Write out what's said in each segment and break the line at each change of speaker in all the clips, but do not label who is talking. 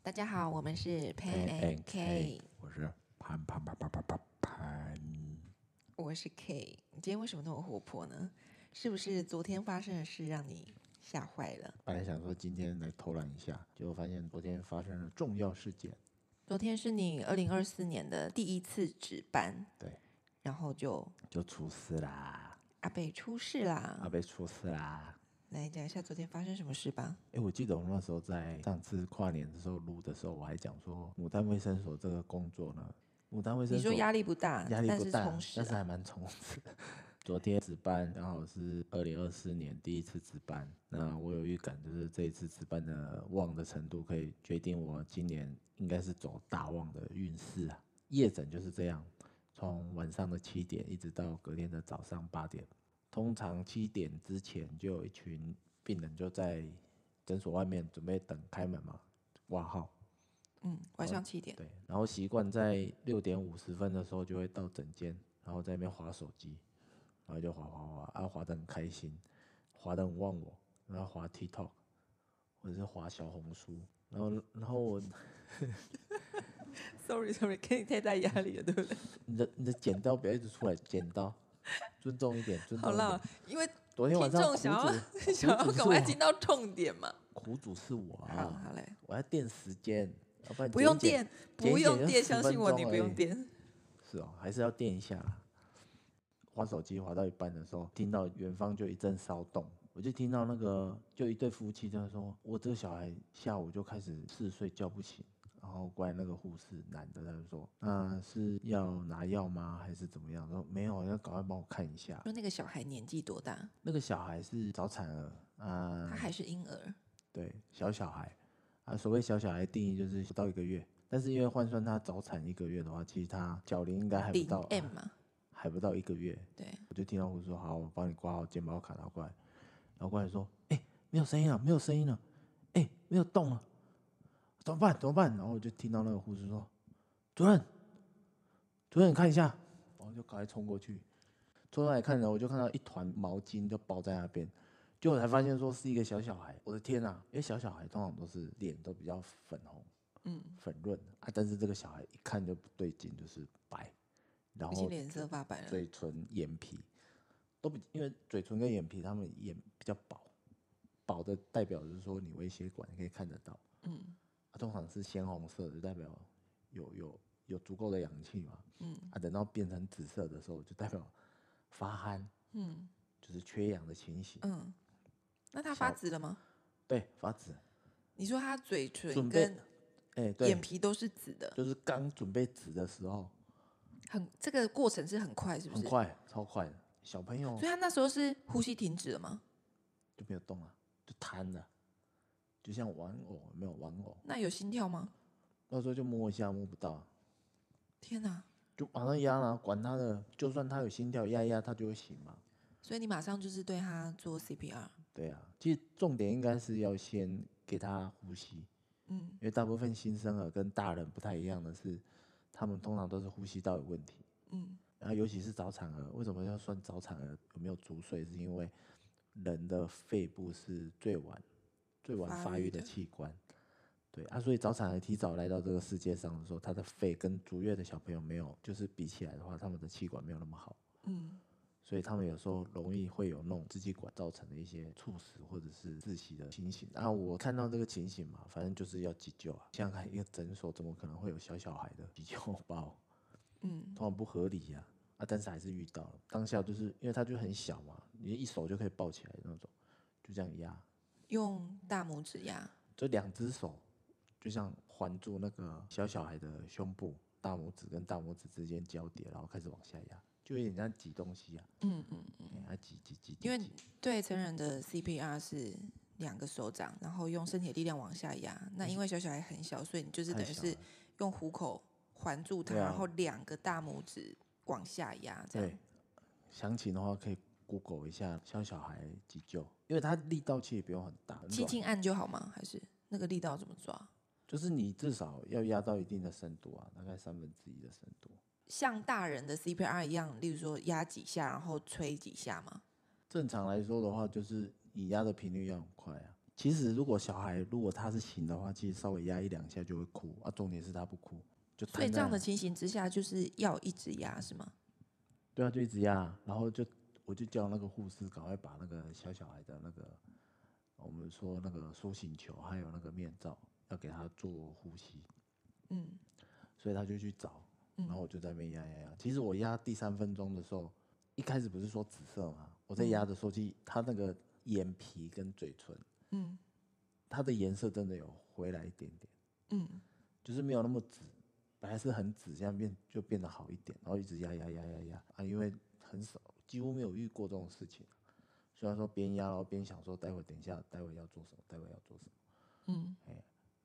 大家好，我们是 Pan and K，
哎我是潘潘潘潘潘潘潘。
我是 K。你今天为什么那么活泼呢？是不是昨天发生的事让你吓坏了？
本来想说今天来偷懒一下，结果发现昨天发生了重要事件。
昨天是你二零二四年的第一次值班，
对，
然后就
就出事啦，
阿贝出事啦。
阿贝出事啦。
来讲一下昨天发生什么事吧。
哎，我记得我那时候在上次跨年的时候录的时候，我还讲说牡丹卫生所这个工作呢，牡丹卫生
你
所
说压力不大，
压力
但
不
是
大，
充
但
实啊
还蛮充实。昨天值班刚好是二零二四年第一次值班，那我有预感，就是这一次值班的旺的程度，可以决定我今年应该是走大旺的运势啊。夜诊就是这样，从晚上的七点一直到隔天的早上八点，通常七点之前就有一群病人就在诊所外面准备等开门嘛，挂号。
嗯，晚上七点，
对，然后习惯在六点五十分的时候就会到诊间，然后在那边划手机，然后就划划划，啊，划得很开心，划得很忘我，然后划 TikTok，或者是划小红书，然后然后我
Sorry Sorry，K 太大压力了，对不对？
你的你的剪刀不要一直出来，剪刀，尊重一点，尊重
好
一点
啦。，因为
昨天晚
听众
上苦
想要
主
想要
苦主哦是
赶快
我
进到重点嘛。
苦主是我
好
啊，
好嘞，
我要垫时间，要不然
不
剪一
用
剪
垫，
剪一
不用
剪就
垫，
10
相
分
信我，
钟
你不
而
用
已
垫。
是哦，还是要垫一下啦。滑手机滑到一半的时候，听到远方就一阵骚动，我就听到那个就一对夫妻在说：“我这个小孩下午就开始嗜睡，叫不醒。”然后过来那个护士男的，他就说：“那是要拿药吗？还是怎么样？”说：“没有，啊要赶快帮我看一下。
说那个小孩年纪多大？”
那个小孩是早产儿啊、
他还是婴儿，
对，小小孩啊，所谓小小孩定义就是不到一个月，但是因为换算他早产一个月的话，其实他脚龄应该还不
零
到啊
M 嘛？
还不到一个月，
对，
我就听到护士说：“好，我帮你挂好健保卡，拿过来。”然后过来说：“哎、没有声音了，没有声音了，哎、没有动了，怎么办？怎么办？”然后我就听到那个护士说：“主任，主任，你看一下。”我就赶快冲过去，冲上来看呢，我就看到一团毛巾就包在那边，结果才发现说是一个小小孩。我的天啊！因为小小孩通常都是脸都比较粉红、
嗯，
粉润啊，但是这个小孩一看就不对劲，就是白，然
已经
后
脸色发白了。
嘴唇、眼皮都比，因为嘴唇跟眼皮他们眼比较薄，薄的代表就是说你微血管可以看得到，
嗯
啊、通常是鲜红色的，就代表有有有足够的氧气嘛，
嗯
啊，等到变成紫色的时候，就代表发憨，
嗯
就是缺氧的情形，
嗯。那他发
小
紫了吗？
对，发紫，
你说他嘴唇
准备
跟
哎、对
眼，皮都是紫的，
就是刚准备紫的时候，
很这个过程是很快，是不
很
是？
快，哦超快的，小朋友
所以他那时候是呼吸停止了吗？
就没有动了，就瘫了，就像玩偶，有没有玩偶，
那有心跳吗？
那时候就摸一下摸不到。
天哪！
就往上压啦、管他的，就算他有心跳，压一压他就会醒嘛。
所以你马上就是对他做 CPR。
对啊，其实重点应该是要先给他呼吸，
嗯
因为大部分新生儿跟大人不太一样的是，他们通常都是呼吸道有问题，
嗯
然后尤其是早产儿，为什么要算早产儿有没有足睡？是因为人的肺部是最晚最晚
发
发
育
育的
的
器官，对啊，所以早产儿提早来到这个世界上的时候，他的肺跟足月的小朋友没有，就是比起来的话，他们的气管没有那么好。
嗯，
所以他们有时候容易会有那种支气管造成的一些猝死或者是窒息的情形。啊，我看到这个情形嘛，反正就是要急救啊。想想看，一个诊所怎么可能会有小小孩的急救包？
嗯，
通常不合理呀、啊。但是还是遇到了，当下就是因为他就很小嘛，你一手就可以抱起来那种，就这样压，
用大拇指压。
就两只手就像环住那个小小孩的胸部，大拇指跟大拇指之间交叠，然后开始往下压，就有点像挤东西啊，
嗯嗯。
哎啊挤挤挤，挤
因为
挤
对成人的 CPR 是两个手掌，然后用身体的力量往下压。那因为小小孩很小，所以你就是
太
等于
小
是
了
用虎口环住他，
对啊
然后两个大拇指往下压，这
对
样。，
详情的话可以 Google 一下小小孩急救，因为它力道其实不用很大，很
轻
软
轻按就好吗？还是那个力道怎么抓？
就是你至少要压到一定的深度啊，大概三分之一的深度。
像大人的 CPR 一样，例如说压几下，然后吹几下吗？
正常来说的话，就是你压的频率要很快啊。其实如果小孩如果他是醒的话，其实稍微压一两下就会哭啊。重点是他不哭，就
所以
瘫
这样
在
的情形之下，就是要一直压是吗？
对啊，就一直压，然后就我就叫那个护士赶快把那个小小孩的那个我们说那个苏醒球还有那个面罩要给他做呼吸，
嗯，
所以他就去找，然后我就在那边压压压。其实我压第三分钟的时候，一开始不是说紫色嘛，我在压的时候，其实他那个眼皮跟嘴唇，
嗯，
它的颜色真的有回来一点点，
嗯，
就是没有那么紫，本来是很紫，现在变就变得好一点，然后一直压压压压压啊，因为很少，几乎没有遇过这种事情。虽然说边压然后边想说，待会等一下，待会要做什么，待会要做什么。
嗯，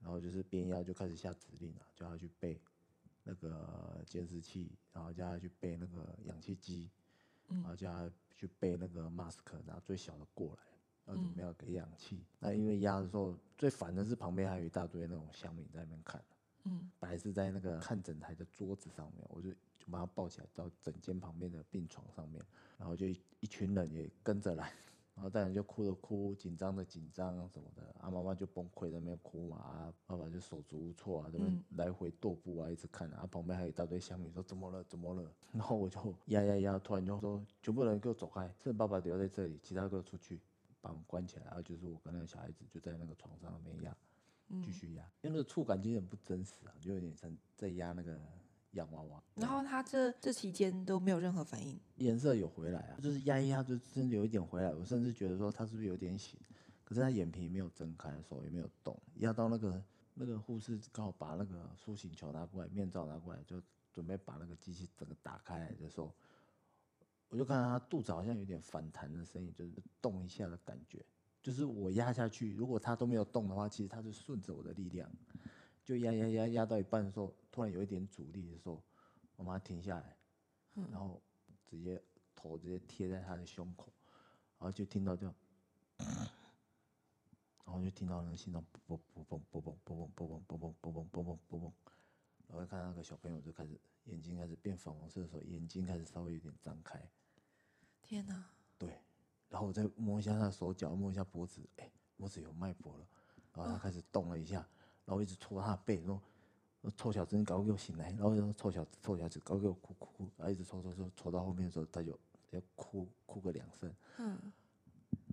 然后就是边压就开始下指令了，叫他去背那个监视器，然后叫他去背那个氧气机，然后叫他去背那个 mask，拿最小的过来，要怎么样给氧气。那因为压的时候最烦的是旁边还有一大堆那种乡民在那边看，
嗯，
本来是在那个看诊台的桌子上面，我就就把他抱起来到诊间旁边的病床上面，然后就一一群人也跟着来。然后大人就哭的哭，紧张的紧张什么的，啊，妈妈就崩溃在那边哭嘛，啊，爸爸就手足无措啊，这边来回踱步啊，一直看啊，啊旁边还有一大堆乡民说怎么了怎么了，然后我就压压压，突然就说全部人给我走开，剩爸爸留在这里，其他给我出去，把我们关起来，然后就是我跟那个小孩子就在那个床上那边压，
嗯
继续压，因为那个触感其实很不真实啊，就有点像在压那个洋娃娃，
然后他这这期间都没有任何反应，
颜色有回来啊，就是压一压，就真的有一点回来。我甚至觉得说他是不是有点醒，可是他眼皮没有睁开，手也没有动，压到那个那个护士刚好把那个苏醒球拿过来，面罩拿过来，就准备把那个机器整个打开来的时候，我就看到他肚子好像有点反弹的声音，就是动一下的感觉。就是我压下去，如果他都没有动的话，其实他是顺着我的力量，就压压压压到一半的时候，突然有一点阻力的时候，我妈停下来，然后直接头直接贴在他的胸口，然后就听到就， 然后就听到那个心脏嘣嘣嘣嘣嘣嘣嘣嘣嘣嘣嘣嘣嘣嘣嘣嘣，然后看到那个小朋友就开始眼睛开始变粉红色的时候，眼睛开始稍微有点张开，
天哪！
对，然后我再摸一下他的手脚，摸一下脖子，哎，脖子有脉搏了，然后他开始动了一下，然后一直戳他的背，说：“臭小子，你赶快给我醒来！”然后我就说：“臭小子，臭小子，赶快给我哭哭哭！”然后一直戳戳戳，戳到后面的时候，他就要哭哭个两声，
嗯，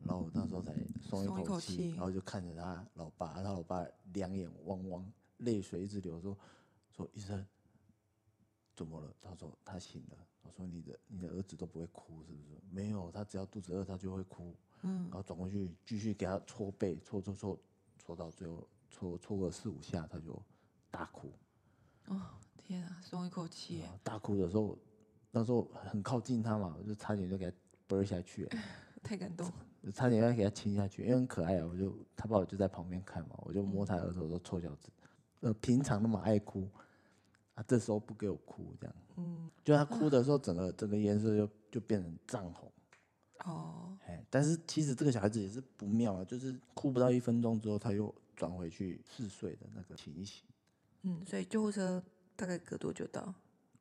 然后我那时候才松一
松一
口
口
气，
气
然后就看着他老爸，他老爸两眼汪汪，泪水一直流，说说医生怎么了？他说他醒了。我说你的你的儿子都不会哭是不是？没有，他只要肚子饿他就会哭。嗯，然后转过去继续给他搓背，搓搓搓搓到最后搓搓个四五下，他就大哭。
哦，天啊，松一口气耶，
然后大哭的时候，那时候很靠近他嘛，我就差点就给他啵下去了。
太感动了。
我差点要给他亲下去，因为很可爱啊。我就他爸爸就在旁边看嘛，我就摸他额头说：“臭小子，呃，平常那么爱哭，啊，这时候不给我哭，这样。”嗯，就他哭的时候，整个整个颜色就就变成涨红。
哦，
哎，但是其实这个小孩子也是不妙啊，就是哭不到一分钟之后，他又转回去嗜睡的那个情形。
嗯，所以救护车大概隔多久到？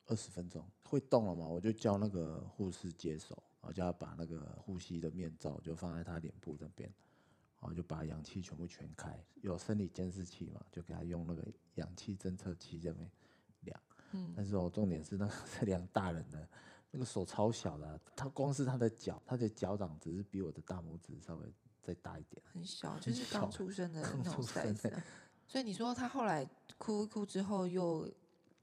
二十分钟会动了嘛，我就叫那个护士接手，然后叫他把那个呼吸的面罩就放在他脸部那边，然后就把氧气全部全开，有生理监视器嘛，就给他用那个氧气侦测器这边量。嗯，但是我重点是那个 是量大人的，那个手超小的啊、他光是他的脚，他的脚掌只是比我的大拇指稍微再大一点，
很小，就是
小
刚出生的那
出
种
生
size 啊。所以你说他后来哭一哭之后又。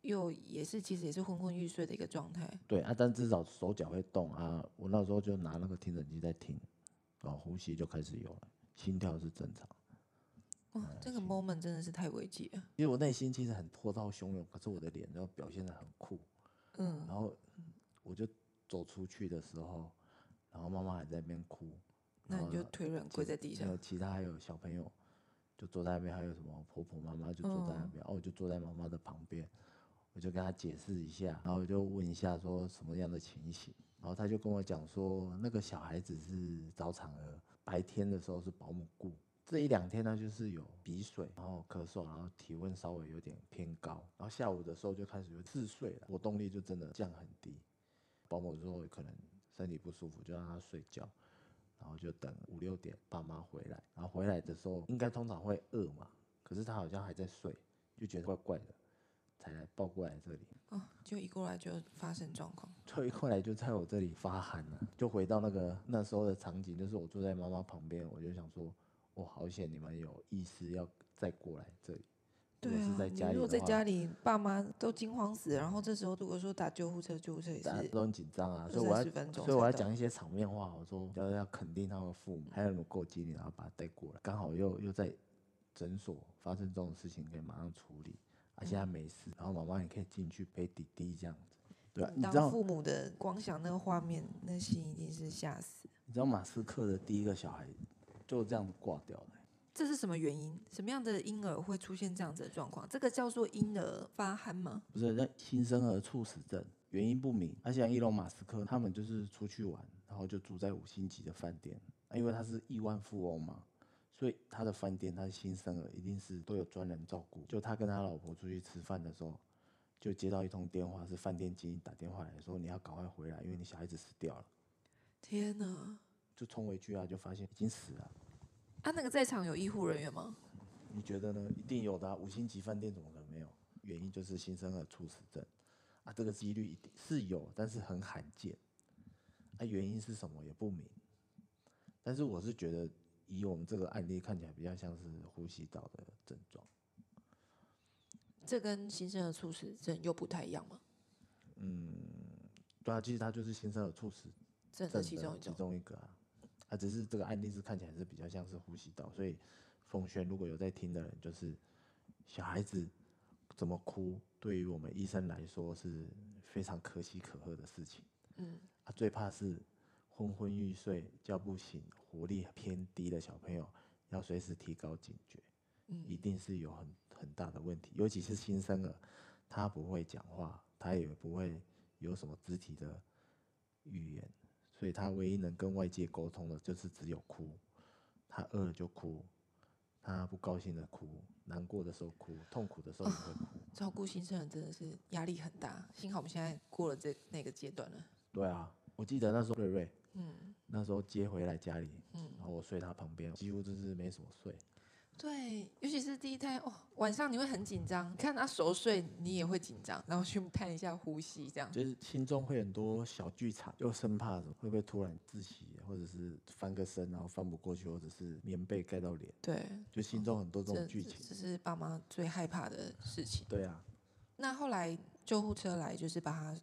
又也是，其实也是昏昏欲睡的一个状态。
对啊，但至少手脚会动啊。我那时候就拿那个听诊器在听，然后呼吸就开始有了，心跳是正常。
哇，哦这个 moment 真的嗯是太危急了。
因为我内心其实很波涛汹涌，可是我的脸然后表现的很酷，
嗯，
然后我就走出去的时候，然后妈妈还在那边哭，
那
然
你就
后
腿软
其
跪
实
在地
没有
上。
其他还有小朋友就坐在那边，还有什么婆婆妈妈就坐在那边，哦，我就坐在妈妈的旁边，我就跟她解释一下，然后我就问一下说什么样的情形，然后她就跟我讲说那个小孩子是早产儿，白天的时候是保姆雇，这一两天呢就是有鼻水，然后咳嗽，然后体温稍微有点偏高，然后下午的时候就开始有嗜睡了，活动力就真的降很低，保姆说可能身体不舒服就让他睡觉。然后就等五六点爸妈回来，然后回来的时候应该通常会饿嘛，可是他好像还在睡，就觉得怪怪的，才来抱过来这里，
哦，就一过来就发生状况，
所以后来就在我这里发寒了、就回到那个那时候的场景，就是我坐在妈妈旁边，我就想说，我、好险你们有意识要再过来这里，如果
对
是
啊，
在
你
家里
如果
的
在
话
家里，爸妈都惊慌死了，然后这时候如果说打救护车，救护车也
大家
是
都很紧张啊，
二
所以我
30
要
分钟
所以我
才
要
到
讲一些场面话，我说要要肯定他们父母，还有人够机灵，然后把他带过来。刚好又又在诊所发生这种事情，可以马上处理，啊，
嗯
现在没事，然后妈妈也可以进去陪弟弟这样子，对啊吧、你知
嗯当
道
父母的，光想那个画面，那心一定是吓死。
你知道马斯克的第一个小孩就这样挂掉了欸、
这是什么原因？什么样的婴儿会出现这样子的状况？这个叫做婴儿发憨吗？
不是那新生儿猝死症，原因不明。而且伊隆马斯克他们就是出去玩，然后就住在五星级的饭店，啊因为他是亿万富翁嘛，所以他的饭店他的新生儿一定是都有专人照顾。就他跟他老婆出去吃饭的时候，就接到一通电话，是饭店经理打电话来说你要赶快回来，因为你小孩子死掉了。
天哪！
就冲回去啊，就发现已经死了。
啊，那个在场有医护人员吗？
你觉得呢？一定有的啊、五星级饭店怎么可能没有？原因就是新生儿猝死症啊，这个几率一定是有，但是很罕见。啊，原因是什么也不明。但是我是觉得，以我们这个案例看起来，比较像是呼吸道的症状。
这跟新生儿猝死症又不太一样吗？
对啊，其实它就是新生儿猝死
这
症
是其中
的
一
其
种。
中一个啊。啊，只是这个案例是看起来是比较像是呼吸道，所以奉劝如果有在听的人，就是小孩子怎么哭，对于我们医生来说是非常可喜可贺的事情。
嗯，
啊，最怕是昏昏欲睡、叫不醒、活力偏低的小朋友，要随时提高警觉，
嗯
一定是有很很大的问题，尤其是新生儿，他不会讲话，他也不会有什么肢体的语言，所以他唯一能跟外界沟通的就是只有哭，他饿了就哭。他不高兴的哭，难过的时候哭，痛苦的时候也会哭。
照顾新生儿真的是压力很大，幸好我们现在过了这那个阶段了。
对啊，我记得那时候瑞瑞，
嗯，
那时候接回来家里，
嗯
然后我睡他旁边，几乎就是没什么睡。
对，尤其是第一胎哦，晚上你会很紧张，看他熟睡你也会紧张，然后去看一下呼吸这样。
就是心中会很多小剧场，又生怕什么会不会突然窒息，啊或者是翻个身然后翻不过去，或者是棉被盖到脸，
对，
就心中很多这
这
种剧
哦这
情。
这是爸妈最害怕的事情。
对啊，
那后来救护车来，就是把他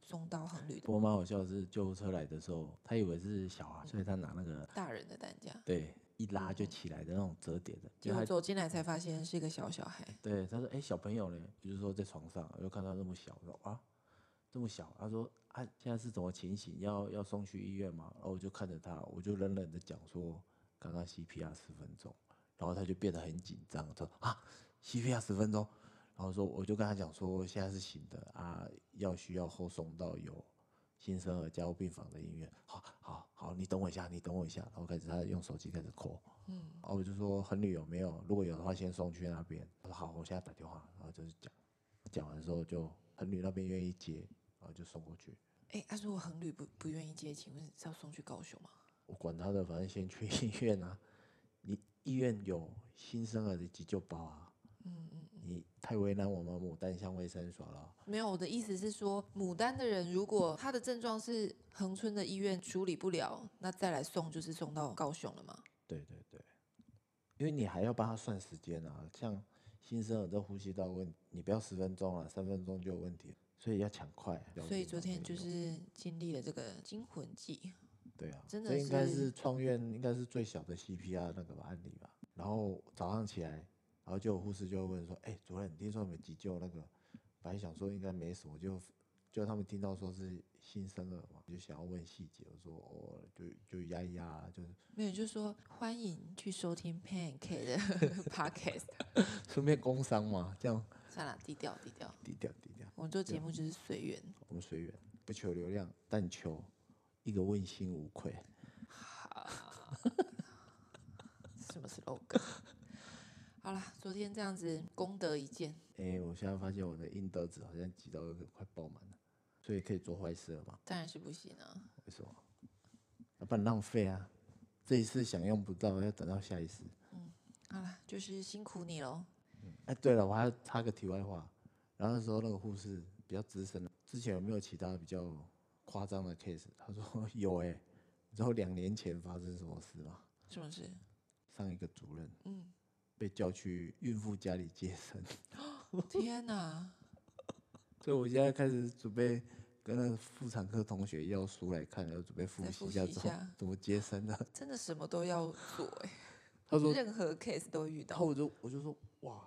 送到横旅
不过蛮好笑的是，救护车来的时候，他以为是小孩，所以他拿那个
大人的担架，
对一拉就起来的那种折叠的，
结
就
果
他
走进来才发现是一个小小孩。
对，他说：“哎、小朋友呢？”比如说在床上，我就看到那么小，我说：“啊，这么小。”他说：“啊，现在是怎么情形？要要送去医院吗？”然后我就看着他，我就冷冷的讲说：“刚刚 CPR 十分钟。”然后他就变得很紧张，他说：“啊，CPR 十分钟。”然后说，我就跟他讲说，现在是醒的啊，要需要后送到有新生儿加护病房的医院。好，好，好，你等我一下，你等我一下。然后开始他用手机开始 call，嗯，然后我就说恒旅有没有？如果有的话，先送去那边。他说好，我现在打电话。然后就是讲，讲完之后就恒旅那边愿意接，然后就送过去。
哎，他、说我横旅不不愿意接，请问是要送去高雄吗？
我管他的，反正先去医院啊。 你医院有新生儿的急救包啊，嗯嗯，你太为难我们牡丹香卫生所了。
没有，我的意思是说，牡丹的人如果他的症状是恒春的医院处理不了，那再来送就是送到高雄了嘛。
对对对，因为你还要帮他算时间啊，像新生儿这呼吸道问，你不要十分钟啊，三分钟就有问题，所以要抢快。了
所以
解
昨
到
天就
这个
是经历了这个惊魂记。
对啊，
真
这
的
应该
是
是创院应该是最小的 CPR 那个吧案例吧。然后早上起来，然后就有护士就会问说：“哎、主任，听说你们急救那个，本来想说应该没什么，就就他们听到说是新生儿嘛，就想要问细节。”我说：“哦，就就压一压啊，就是
没有，就说欢迎去收听 Pancake 的 podcast。
顺便工伤嘛，这样
算了，低调低调。
低调低调。”
我们做节目就是随缘。
我们随缘，不求流量，但求一个问心无愧。
什么 slogan？好啦，昨天这样子功德一件，
哎、我现在发现我的阴德值好像挤到快爆满了，所以可以做坏事了嘛？
当然是不行啊。
为什么？要不然浪费啊！这一次享用不到，要等到下一次。
好啦，就是辛苦你喽。
哎，对了，我还要插个题外话。然后那时候那个护士比较资深，之前有没有其他比较夸张的 case？他说 有哎、你知道两年前发生什么事吗？
什么事？
上一个主任
嗯，
被叫去孕妇家里接生，
天哪！
所以我现在开始准备跟那个妇产科同学要书来看，要准备复
再
习
复
一下
习一
怎么
下
怎么接生的。
真的什么都要做哎、
他说，
任何 case 都遇
然
到，
后我就我就说哇，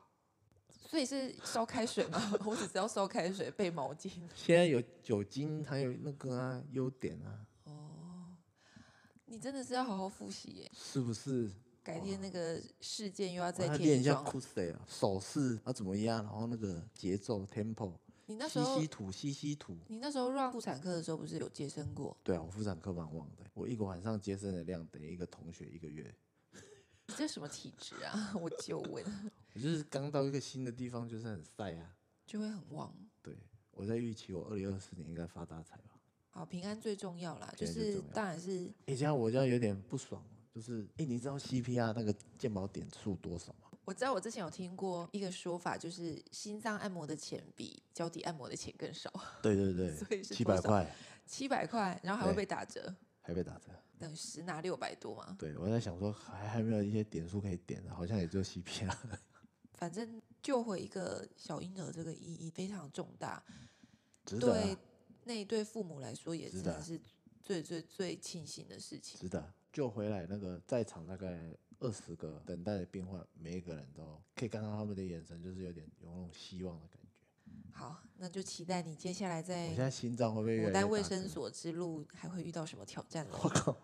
所以是烧开水吗？ 我只知道烧开水备毛巾。
现在有酒精，还有那个啊优点啊，
哦，你真的是要好好复习耶、
是不是？
改天那个事件又要
我
再
还
贴
练一
你
下
装了。
c o s 啊，手势啊怎么样，然后那个节奏 tempo，
你那时
吸
候
吸，吐吸吸吐。
你那时候让妇产科的时候不是有接生过？
对啊，我妇产科蛮旺的，我一个晚上接生的量等于一个同学一个月。
你这什么体质啊？ 我就问，
我就是刚到一个新的地方，就是很晒啊。
就会很旺。
对，我在预期我二零二四年应该发大财吧。
好，平安最重要啦，就
平安最
是
重要
当然是
以前哎我这样有点不爽，就是哎，你知道 CPR 那个健保点数多少吗？
我知道我之前有听过一个说法，就是心脏按摩的钱比脚底按摩的钱更少，
对对对
所以，是
七
多
百
少
块
七百块，然后还会
对
被打折，
还被打折。
等于十拿六百多嘛。
对我在想说还还没有一些点数可以点的，好像也就 CPR。
反正救回一个小婴儿这个意义非常重大，
值得啊、
对那一对父母来说也
值
真
得
的
啊
是最最最庆幸的事情。
值得救回来那个在场大概二十个等待的病患，每一个人都可以看到他们的眼神，就是有点有那种希望的感觉。
好，那就期待你接下来
我
在
现在心脏会不会越
牡
来越
丹哎卫
大
生
颗？
所之路还会遇到什么挑战呢？
我靠，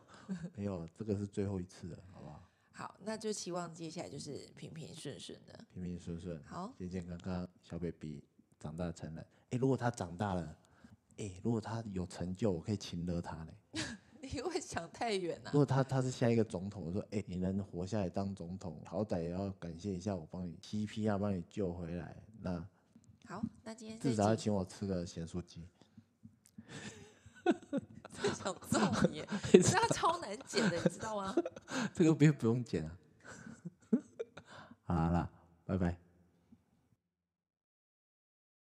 没有，这个是最后一次了，好不好？
好，那就期望接下来就是平平顺顺的。
平平顺顺，
好，
健健康康，小 baby 长大成人。哎、如果他长大了，哎、如果他有成就，我可以请了他嘞。
你会想太远了、
如果他他是下一个总统，我说，哎、你能活下来当总统，好歹也要感谢一下我帮你 CPR 帮你救回来，那
好，那今天
至
这
少要
集
请我吃个咸酥鸡。
最想揍 你耶，这样超难剪的，你知道吗？
这个不用不用剪啊。好啦，拜拜。